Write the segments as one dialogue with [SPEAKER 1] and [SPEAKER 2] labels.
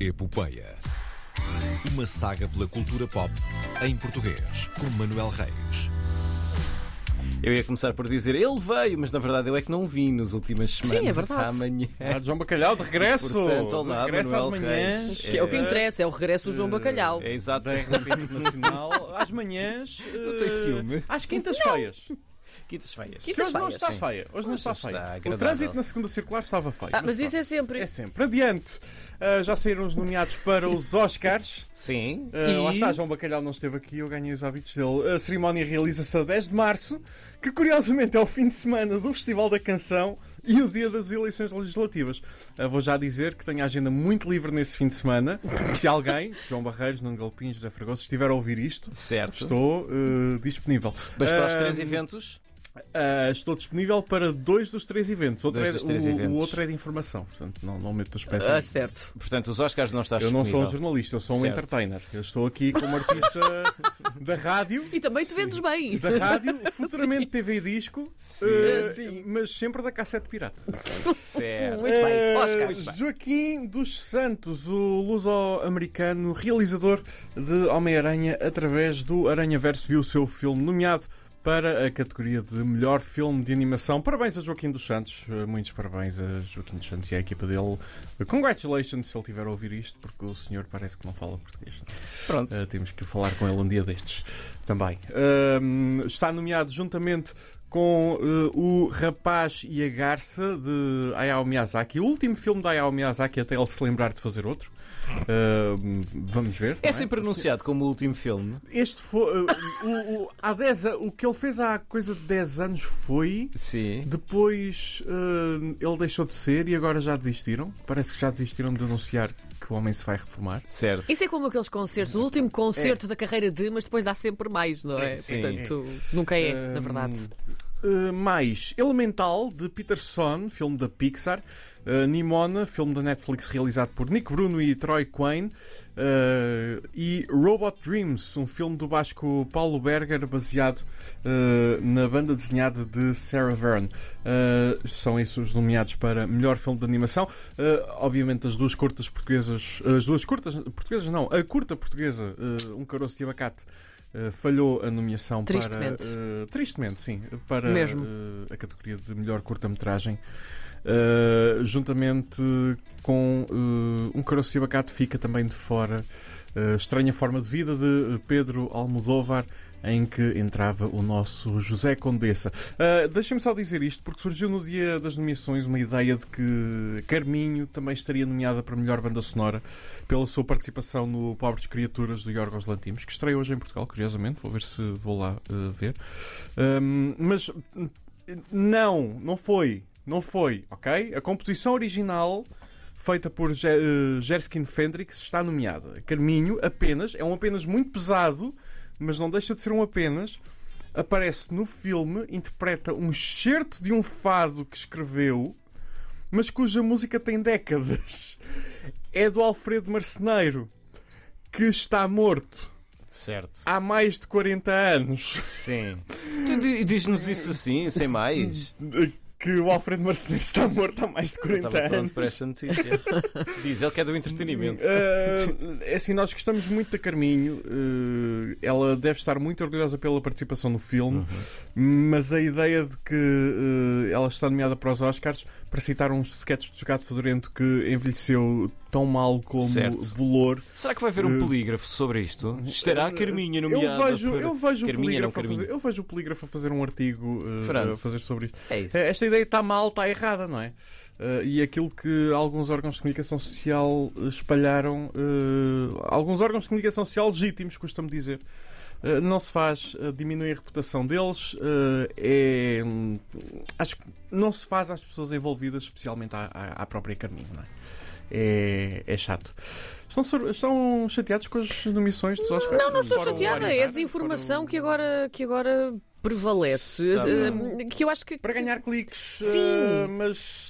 [SPEAKER 1] Epopeia. Uma saga pela cultura pop em português, com Manuel Reis.
[SPEAKER 2] Eu ia começar por dizer ele veio, mas na verdade eu é que não vim nas últimas semanas
[SPEAKER 3] Sim, é verdade.
[SPEAKER 2] amanhã.
[SPEAKER 4] Ah, João Bacalhau, de regresso!
[SPEAKER 2] Portanto, olá,
[SPEAKER 4] de regresso
[SPEAKER 2] Manuel
[SPEAKER 4] às manhãs.
[SPEAKER 2] Reis.
[SPEAKER 3] Que é o que interessa, é o regresso do João Bacalhau.
[SPEAKER 2] É exato.
[SPEAKER 4] Da RDP Nacional, às manhãs.
[SPEAKER 2] Não tem
[SPEAKER 4] eh,
[SPEAKER 2] ciúme?
[SPEAKER 4] Às quintas-feiras.
[SPEAKER 2] Quintas-feiras.
[SPEAKER 4] Que Hoje não
[SPEAKER 3] Quintas-feiras,
[SPEAKER 4] está
[SPEAKER 2] sim.
[SPEAKER 4] feia. Hoje não
[SPEAKER 2] Hoje
[SPEAKER 4] está
[SPEAKER 2] está
[SPEAKER 4] feia.
[SPEAKER 2] agradável.
[SPEAKER 4] O trânsito na segunda circular estava feio.
[SPEAKER 3] Ah, mas isso é
[SPEAKER 4] pronto.
[SPEAKER 3] sempre.
[SPEAKER 4] É sempre. Adiante. Ah, já saíram os nomeados para os Oscars.
[SPEAKER 2] Sim.
[SPEAKER 4] Ah,
[SPEAKER 2] e...
[SPEAKER 4] Lá está, João Bacalhau não esteve aqui, eu ganhei os hábitos dele. A cerimónia realiza-se a 10 de março, que curiosamente é o fim de semana do Festival da Canção e o dia das eleições legislativas. Ah, vou já dizer que tenho a agenda muito livre nesse fim de semana. E se alguém, João Barreiros, Nuno Galpim, José Fragoso, estiver a ouvir isto,
[SPEAKER 2] Certo.
[SPEAKER 4] estou ah, disponível.
[SPEAKER 2] Mas para os
[SPEAKER 4] Ah,
[SPEAKER 2] três eventos,
[SPEAKER 4] ah, estou disponível para dois dos três eventos. Outro
[SPEAKER 2] Dois
[SPEAKER 4] é-
[SPEAKER 2] dos três
[SPEAKER 4] o, o
[SPEAKER 2] eventos.
[SPEAKER 4] outro é de informação, portanto, não, não meto as peças.
[SPEAKER 3] Ah, certo.
[SPEAKER 2] portanto, os Oscars não estás
[SPEAKER 4] Eu não sou um
[SPEAKER 2] disponível.
[SPEAKER 4] jornalista, eu sou um
[SPEAKER 2] Certo.
[SPEAKER 4] entertainer. Eu estou aqui como artista da rádio.
[SPEAKER 2] Então,
[SPEAKER 3] E também te vendes bem.
[SPEAKER 4] Da rádio, futuramente TV e disco,
[SPEAKER 2] Sim.
[SPEAKER 4] eh,
[SPEAKER 3] Sim.
[SPEAKER 4] mas sempre da cassete pirata.
[SPEAKER 2] Certo.
[SPEAKER 3] Muito bem,
[SPEAKER 4] Eh,
[SPEAKER 3] Oscar.
[SPEAKER 4] Joaquim dos Santos, o luso-americano realizador de Homem-Aranha, através do Aranha Verso, viu o seu filme nomeado para a categoria de melhor filme de animação. Parabéns a Joaquim dos Santos, eh, muitos parabéns a Joaquim dos Santos e à equipa dele. Congratulations se ele tiver a ouvir isto, porque o senhor parece que não fala português.
[SPEAKER 2] Pronto.
[SPEAKER 4] Uh, temos que falar com ele um dia destes também. Um, está nomeado juntamente com uh, o Rapaz e a Garça de Hayao Miyazaki, o último filme de Hayao Miyazaki até ele se lembrar de fazer outro. Um, vamos ver. não
[SPEAKER 2] É sempre anunciado como o último filme.
[SPEAKER 4] Este foi. uh, o, o- há 10 a- o que ele fez há coisa de 10 anos foi.
[SPEAKER 2] Sim.
[SPEAKER 4] Depois uh, ele deixou de ser e agora já desistiram. Parece que já desistiram de anunciar que o homem se vai reformar.
[SPEAKER 2] Certo.
[SPEAKER 3] Isso é como aqueles concertos, o último concerto da carreira de, mas depois dá sempre mais, não é?
[SPEAKER 2] Sim.
[SPEAKER 3] Portanto, nunca é, na
[SPEAKER 4] Hum,
[SPEAKER 3] verdade.
[SPEAKER 4] Uh, mais Elemental, de Peter Son, filme da Pixar. Uh, Nimona, filme da Netflix realizado por Nick Bruno e Troy Quayne. Uh, e Robot Dreams, um filme do basco Paulo Berger, baseado uh, na banda desenhada de Sarah Verne. Uh, são esses os nomeados para melhor filme de animação. Uh, obviamente, as duas curtas portuguesas. As duas curtas portuguesas, não. A curta portuguesa, uh, Um Caroço de Abacate, uh, falhou a nomeação
[SPEAKER 3] Tristemente.
[SPEAKER 4] para. uh, Uh, tristemente, sim, para
[SPEAKER 3] Mesmo.
[SPEAKER 4] uh, a categoria de melhor curta-metragem, Uh, juntamente com uh, Um Caroço de Abacate, fica também de fora uh, Estranha Forma de Vida de uh, Pedro Almodóvar. Em que entrava o nosso José Condessa. Uh, Deixem-me só dizer isto, porque surgiu no dia das nomeações uma ideia de que Carminho também estaria nomeada para melhor banda sonora pela sua participação no Pobres Criaturas do Yorgos Lantimos, que estreia hoje em Portugal, curiosamente. Vou ver se vou lá uh, ver. Um, mas hum, não, não foi. Não foi, ok? A composição original feita por Ge- eh, Jerskin Fendrix está nomeada. Carminho apenas, é um apenas muito pesado, mas não deixa de ser um apenas. Aparece no filme, interpreta um excerto de um fado que escreveu, mas cuja música tem décadas. É do Alfredo Marceneiro, que está morto
[SPEAKER 2] Certo.
[SPEAKER 4] há mais de 40 anos.
[SPEAKER 2] Ah, Sim. Tu di- diz-nos isso assim, sem mais.
[SPEAKER 4] que o Alfredo Marceneiro está morto há mais de
[SPEAKER 2] Eu
[SPEAKER 4] 40
[SPEAKER 2] Estava
[SPEAKER 4] anos.
[SPEAKER 2] pronto para esta notícia. Diz ele que é do
[SPEAKER 4] Eh,
[SPEAKER 2] entretenimento.
[SPEAKER 4] Ah, é assim, nós gostamos muito da Carminho. ah, ela deve estar muito orgulhosa pela participação no filme,
[SPEAKER 2] Uhum.
[SPEAKER 4] mas a ideia de que ah, ela está nomeada para os Oscars para citar um sketch de Gato Fedorento que envelheceu tão mal como
[SPEAKER 2] Certo.
[SPEAKER 4] bolor.
[SPEAKER 2] Será que vai haver um polígrafo sobre isto? Estará a Carminha
[SPEAKER 4] Eh, Eu
[SPEAKER 2] nomeada
[SPEAKER 4] vejo,
[SPEAKER 2] para...
[SPEAKER 4] eu, vejo
[SPEAKER 2] Carminha,
[SPEAKER 4] o
[SPEAKER 2] não
[SPEAKER 4] polígrafo a
[SPEAKER 2] Carminho.
[SPEAKER 4] fazer, eu vejo o polígrafo a fazer um artigo ah,
[SPEAKER 2] Pronto.
[SPEAKER 4] a fazer sobre isto.
[SPEAKER 2] É isso.
[SPEAKER 4] Eh, Esta ideia está mal, está errada, não é? Eh, e aquilo que alguns órgãos de comunicação social espalharam, eh, alguns órgãos de comunicação social legítimos, costumo dizer, eh, não se faz eh, diminuir a reputação deles, eh, é, hum, acho que não se faz às pessoas envolvidas, especialmente à, à- à própria Carminho, não é? É, é chato. Estão, sor- estão chateados com as nomeações dos Oscars?
[SPEAKER 3] Não, não estou
[SPEAKER 4] Foram
[SPEAKER 3] chateada,
[SPEAKER 4] vários
[SPEAKER 3] é
[SPEAKER 4] anos,
[SPEAKER 3] desinformação
[SPEAKER 4] foram-
[SPEAKER 3] que agora, que agora prevalece.
[SPEAKER 4] Está
[SPEAKER 3] eh,
[SPEAKER 4] bem.
[SPEAKER 3] que eu acho que.
[SPEAKER 4] Para ganhar cliques.
[SPEAKER 3] Sim.
[SPEAKER 4] eh, mas.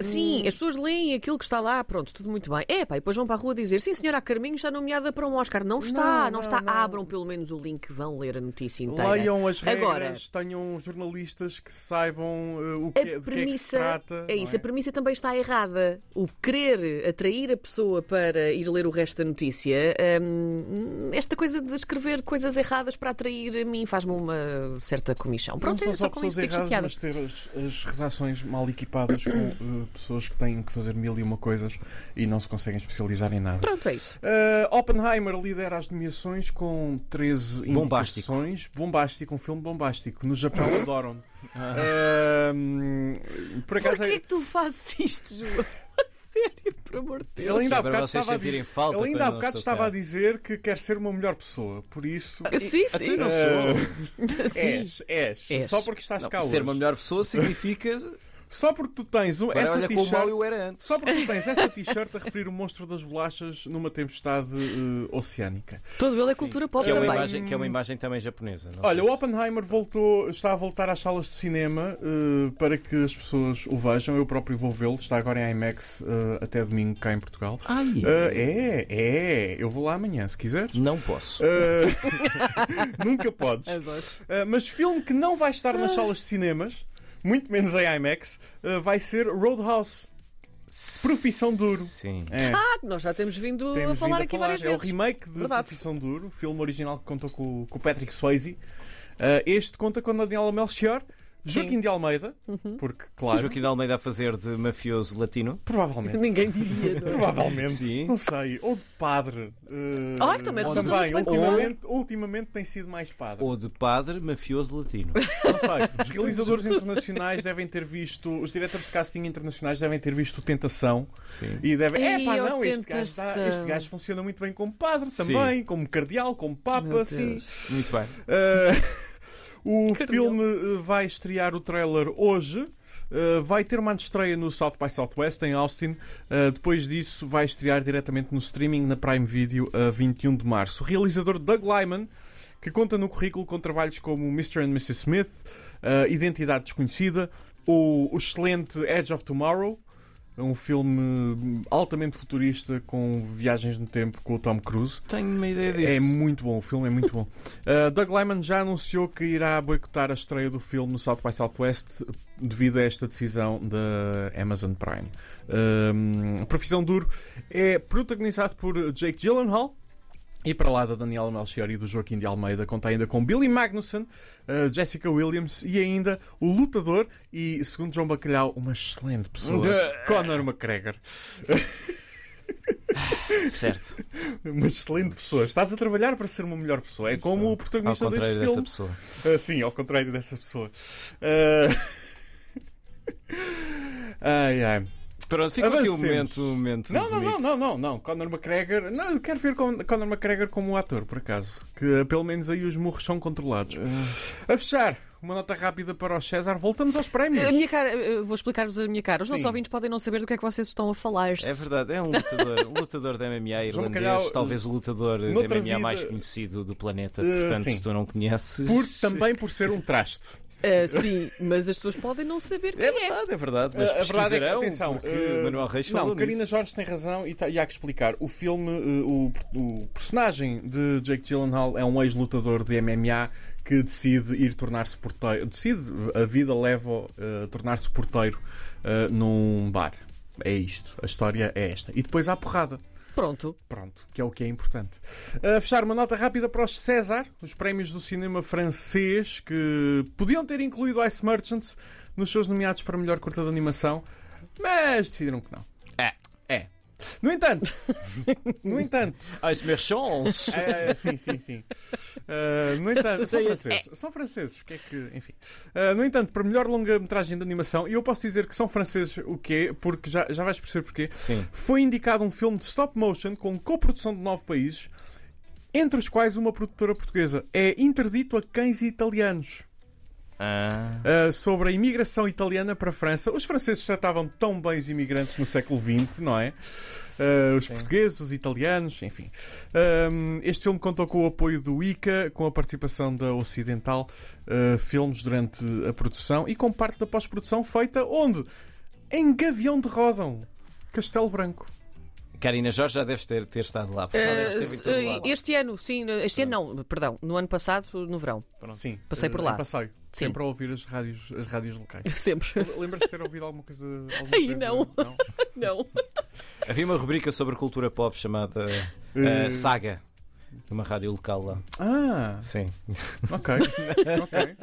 [SPEAKER 3] Sim, as pessoas leem aquilo que está lá, pronto, tudo muito bem. É, pá, e depois vão para a rua dizer: Sim, senhora, a Carminho está nomeada para um Oscar. Não está, não,
[SPEAKER 4] não,
[SPEAKER 3] está.
[SPEAKER 4] não.
[SPEAKER 3] Abram pelo menos o link, vão ler a notícia inteira.
[SPEAKER 4] Leiam as regras,
[SPEAKER 3] Agora,
[SPEAKER 4] tenham jornalistas que saibam eh, o que, é-
[SPEAKER 3] a
[SPEAKER 4] do que é que se
[SPEAKER 3] premissa.
[SPEAKER 4] trata.
[SPEAKER 3] é
[SPEAKER 4] não
[SPEAKER 3] isso, a premissa também está errada. O querer atrair a pessoa para ir ler o resto da notícia, hum, esta coisa de escrever coisas erradas para atrair a mim faz-me uma certa comissão. Pronto,
[SPEAKER 4] não
[SPEAKER 3] é
[SPEAKER 4] são só
[SPEAKER 3] só com
[SPEAKER 4] pessoas
[SPEAKER 3] isso fico
[SPEAKER 4] erradas,
[SPEAKER 3] chateada.
[SPEAKER 4] mas ter as, as redações mal equipadas com eh, pessoas que têm que fazer mil e uma coisas e não se conseguem especializar em nada.
[SPEAKER 3] Pronto, é isso.
[SPEAKER 4] Eh, Oppenheimer lidera as nomeações com 13
[SPEAKER 2] Bombástico.
[SPEAKER 4] indicações. Bombástico, um filme bombástico. No Japão adoram.
[SPEAKER 2] Ah.
[SPEAKER 4] por acaso é-
[SPEAKER 3] Porquê que tu fazes isto, Ju? A Sério, por amor de Deus.
[SPEAKER 4] ele ainda há
[SPEAKER 2] Para
[SPEAKER 4] bocado
[SPEAKER 2] vocês
[SPEAKER 4] estava a
[SPEAKER 2] sentirem
[SPEAKER 4] dizer,
[SPEAKER 2] falta
[SPEAKER 4] ele
[SPEAKER 2] quando
[SPEAKER 4] ainda há
[SPEAKER 2] não estou
[SPEAKER 4] bocado estava
[SPEAKER 2] cá.
[SPEAKER 4] a dizer que quer ser uma melhor pessoa. Por isso.
[SPEAKER 3] Sim,
[SPEAKER 2] Ah, tu
[SPEAKER 3] sim.
[SPEAKER 2] não
[SPEAKER 4] É,
[SPEAKER 2] sou.
[SPEAKER 3] Sim.
[SPEAKER 4] És, és,
[SPEAKER 3] És.
[SPEAKER 4] é, Só porque estás
[SPEAKER 2] Não,
[SPEAKER 4] cá
[SPEAKER 2] ser uma
[SPEAKER 4] hoje.
[SPEAKER 2] melhor pessoa significa.
[SPEAKER 4] Só porque tu tens um,
[SPEAKER 2] Agora
[SPEAKER 4] essa
[SPEAKER 2] olha como
[SPEAKER 4] t-shirt.
[SPEAKER 2] mal eu era antes.
[SPEAKER 4] Só porque tu tens essa t-shirt a referir o monstro das bolachas numa tempestade eh, oceânica.
[SPEAKER 3] Todo ele é cultura pop
[SPEAKER 2] Que é, uma
[SPEAKER 3] também.
[SPEAKER 2] imagem, que é uma imagem também japonesa. não
[SPEAKER 4] Olha,
[SPEAKER 2] sei
[SPEAKER 4] o
[SPEAKER 2] se-
[SPEAKER 4] Oppenheimer voltou, está a voltar às salas de cinema eh, para que as pessoas o vejam. Eu próprio vou vê-lo. Está agora em IMAX eh, até domingo cá em Portugal.
[SPEAKER 2] Ai,
[SPEAKER 4] Eh, é, é. Eu vou lá amanhã, se quiseres.
[SPEAKER 2] Não posso.
[SPEAKER 4] Eh, nunca podes.
[SPEAKER 3] Adoro.
[SPEAKER 4] Eh, mas filme que não vai estar
[SPEAKER 3] Ah.
[SPEAKER 4] nas salas de cinemas, muito menos em IMAX, eh, vai ser Roadhouse. Profissão Duro.
[SPEAKER 2] Sim.
[SPEAKER 4] É.
[SPEAKER 3] Ah, nós já temos vindo
[SPEAKER 4] Temos
[SPEAKER 3] a falar
[SPEAKER 4] vindo
[SPEAKER 3] aqui várias
[SPEAKER 4] É o
[SPEAKER 3] vezes.
[SPEAKER 4] remake de
[SPEAKER 3] Verdade.
[SPEAKER 4] Profissão Duro, o filme original que contou com, com o Patrick Swayze. Ah, este conta com Daniela Melchior, Joaquim de Almeida,
[SPEAKER 3] Uhum.
[SPEAKER 4] porque, claro,
[SPEAKER 2] Joaquim de Almeida a fazer de mafioso latino.
[SPEAKER 4] provavelmente.
[SPEAKER 3] Ninguém diria, não é?
[SPEAKER 4] Provavelmente,
[SPEAKER 2] Sim.
[SPEAKER 4] não sei, ou de padre. eh,
[SPEAKER 3] Olha, também resulta muito bem.
[SPEAKER 4] ultimamente, ultimamente tem sido mais padre.
[SPEAKER 2] Ou de padre mafioso latino.
[SPEAKER 4] Não sei, os realizadores internacionais devem ter visto, os diretores de casting internacionais devem ter visto Tentação
[SPEAKER 2] Sim.
[SPEAKER 4] E devem. É
[SPEAKER 3] Ei,
[SPEAKER 4] pá,
[SPEAKER 3] ó,
[SPEAKER 4] não, este gajo, dá-
[SPEAKER 3] tentação.
[SPEAKER 4] este gajo funciona muito bem como padre também, como cardeal, como papa,
[SPEAKER 3] Meu
[SPEAKER 4] assim.
[SPEAKER 3] Deus.
[SPEAKER 2] Muito bem.
[SPEAKER 4] Ah, o
[SPEAKER 3] Cardeal.
[SPEAKER 4] filme eh, vai estrear o trailer hoje. Ah, vai ter uma estreia no South by Southwest, em Austin. Ah, depois disso, vai estrear diretamente no streaming na Prime Video a 21 de março. O realizador Doug Lyman, que conta no currículo com trabalhos como Mr. and Mrs. Smith, ah, Identidade Desconhecida, o, o excelente Edge of Tomorrow, um filme hum, altamente futurista com viagens no tempo com o Tom Cruise.
[SPEAKER 2] Tenho uma ideia disso.
[SPEAKER 4] É muito bom, o filme é muito bom. Uh, Doug Lyman já anunciou que irá boicotar a estreia do filme no South by Southwest devido a esta decisão da Amazon Prime. Um, Profissão Duro é protagonizado por Jake Gyllenhaal. E para lá da Daniela Melchior e do Joaquim de Almeida, conta ainda com Billy Magnussen, uh, Jessica Williams e ainda o lutador e, segundo João Bacalhau, uma excelente pessoa, Conor McGregor.
[SPEAKER 2] Certo.
[SPEAKER 4] Uma excelente pessoa. Estás a trabalhar para ser uma melhor pessoa. É como o
[SPEAKER 2] Ao
[SPEAKER 4] protagonista deste
[SPEAKER 2] contrário dessa
[SPEAKER 4] filme.
[SPEAKER 2] pessoa.
[SPEAKER 4] Ah, sim, ao contrário dessa pessoa. Ah, ai, ai.
[SPEAKER 2] Pronto, fica aqui um
[SPEAKER 4] Avancemos.
[SPEAKER 2] momento. Um momento
[SPEAKER 4] Não, não, não,
[SPEAKER 2] bonito.
[SPEAKER 4] não, não, não. Conor McGregor. Não, eu quero ver Con- Conor McGregor como um ator, por acaso. Ah. Que ah, pelo menos aí os murros são controlados. A fechar, uma nota rápida para o César. Voltamos aos prémios.
[SPEAKER 3] A minha cara, eu vou explicar-vos a minha cara. Os nossos
[SPEAKER 4] Sim.
[SPEAKER 3] ouvintes podem não saber do que é que vocês estão a falar.
[SPEAKER 2] É verdade, é um lutador, um lutador da MMA
[SPEAKER 4] João
[SPEAKER 2] irlandês,
[SPEAKER 4] Bacalhau,
[SPEAKER 2] talvez o lutador da MMA
[SPEAKER 4] noutra vida-
[SPEAKER 2] mais conhecido do planeta.
[SPEAKER 4] Eh,
[SPEAKER 2] Portanto,
[SPEAKER 4] sim.
[SPEAKER 2] se tu não conheces.
[SPEAKER 4] Por, também por ser um traste.
[SPEAKER 3] Ah, sim, mas as pessoas podem não saber quem
[SPEAKER 2] É
[SPEAKER 3] é.
[SPEAKER 2] verdade, é verdade. Mas
[SPEAKER 4] a verdade é que,
[SPEAKER 2] pesquisarão,
[SPEAKER 4] atenção,
[SPEAKER 2] porque
[SPEAKER 4] eh,
[SPEAKER 2] Manuel Reis
[SPEAKER 4] Não,
[SPEAKER 2] falou
[SPEAKER 4] Karina
[SPEAKER 2] nisso.
[SPEAKER 4] Jorge tem razão e, tá- e há que explicar. O filme, eh, o, o personagem de Jake Gyllenhaal é um ex-lutador de MMA que decide ir tornar-se porteiro. Decide, a vida leva-o eh, a tornar-se porteiro eh, num bar. É isto. A história é esta. E depois há a porrada.
[SPEAKER 3] Pronto.
[SPEAKER 4] Pronto, que é o que é importante. A fechar uma nota rápida para os César, os prémios do cinema francês que podiam ter incluído Ice Merchants nos seus nomeados para melhor curta de animação, mas decidiram que não.
[SPEAKER 2] É.
[SPEAKER 4] É. No entanto, no entanto,
[SPEAKER 2] Ah, isso merchons.
[SPEAKER 4] é, sim, sim, sim. Ah, no entanto, são
[SPEAKER 3] Sei esse-
[SPEAKER 4] franceses. São franceses, o que é que. Enfim. Ah, no entanto, para melhor longa-metragem de animação, e eu posso dizer que são franceses o quê? Porque já, já vais perceber porquê.
[SPEAKER 2] Sim.
[SPEAKER 4] Foi indicado um filme de stop motion com coprodução de nove países, entre os quais uma produtora portuguesa. É interdito a cães e italianos.
[SPEAKER 2] Ah,
[SPEAKER 4] Uh, sobre a imigração italiana para a França. Os franceses tratavam tão bem os imigrantes no século XX, não é? Uh, os portugueses, os italianos, enfim. Um, este filme contou com o apoio do ICA, com a participação da Ocidental uh, Filmes durante a produção e com parte da pós-produção feita onde? Em Gavião de Rodão, Castelo Branco.
[SPEAKER 2] Karina Jorge já deves ter, ter estado lá. porque já deves ter
[SPEAKER 4] Eh,
[SPEAKER 2] vindo todo lado.
[SPEAKER 3] Ah, este ano, sim, este ano não, perdão, no ano passado, no verão,
[SPEAKER 4] Sim,
[SPEAKER 3] Passei por
[SPEAKER 4] eh,
[SPEAKER 3] lá.
[SPEAKER 4] em passeio.
[SPEAKER 3] Sim.
[SPEAKER 4] Sempre a ouvir as rádios, as rádios locais.
[SPEAKER 3] sempre.
[SPEAKER 4] Lembras-te de ter ouvido alguma coisa? Alguma
[SPEAKER 3] Ai,
[SPEAKER 4] coisa?
[SPEAKER 3] não. Não.
[SPEAKER 2] Havia uma rubrica sobre cultura pop chamada ah,
[SPEAKER 4] Eh.
[SPEAKER 2] Saga, numa rádio local lá.
[SPEAKER 4] Ah,
[SPEAKER 2] Sim.
[SPEAKER 4] Ok, ok.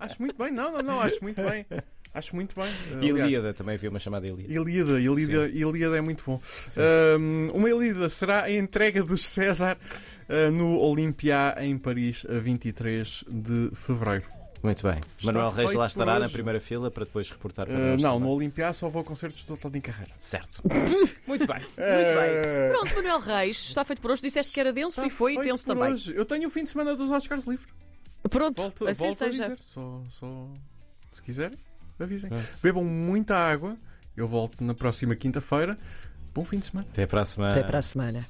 [SPEAKER 4] Acho muito bem. Não, não, não, acho muito bem. Acho muito bem.
[SPEAKER 2] E
[SPEAKER 4] Aliás,
[SPEAKER 2] Ilíada, também havia uma chamada Ilíada.
[SPEAKER 4] Ilíada, Ilíada, Ilíada é muito bom. Um, uma Ilíada será a entrega dos César uh, no Olympia em Paris, a 23 de fevereiro.
[SPEAKER 2] Muito bem. Manuel Reis
[SPEAKER 4] feito
[SPEAKER 2] lá
[SPEAKER 4] por
[SPEAKER 2] estará na
[SPEAKER 4] hoje.
[SPEAKER 2] primeira fila para depois reportar para
[SPEAKER 4] Uh,
[SPEAKER 2] nós
[SPEAKER 4] não,
[SPEAKER 2] também.
[SPEAKER 4] no Olympia só vou a concertos do Claudinho Carreira. Ah,
[SPEAKER 2] Certo. Muito bem.
[SPEAKER 3] bem. Pronto, Manuel Reis, está feito por hoje. Disseste que era denso
[SPEAKER 4] Está
[SPEAKER 3] e foi
[SPEAKER 4] feito
[SPEAKER 3] denso
[SPEAKER 4] por
[SPEAKER 3] também.
[SPEAKER 4] Hoje. Eu tenho o fim de semana dos Oscars livre.
[SPEAKER 3] Pronto,
[SPEAKER 4] Volto,
[SPEAKER 3] assim
[SPEAKER 4] volto a
[SPEAKER 3] seja.
[SPEAKER 4] dizer. Só, só, se quiserem, avisem. Bebam muita água. Eu volto na próxima quinta-feira. Bom fim de semana.
[SPEAKER 2] Até a próxima.
[SPEAKER 3] Até para a semana.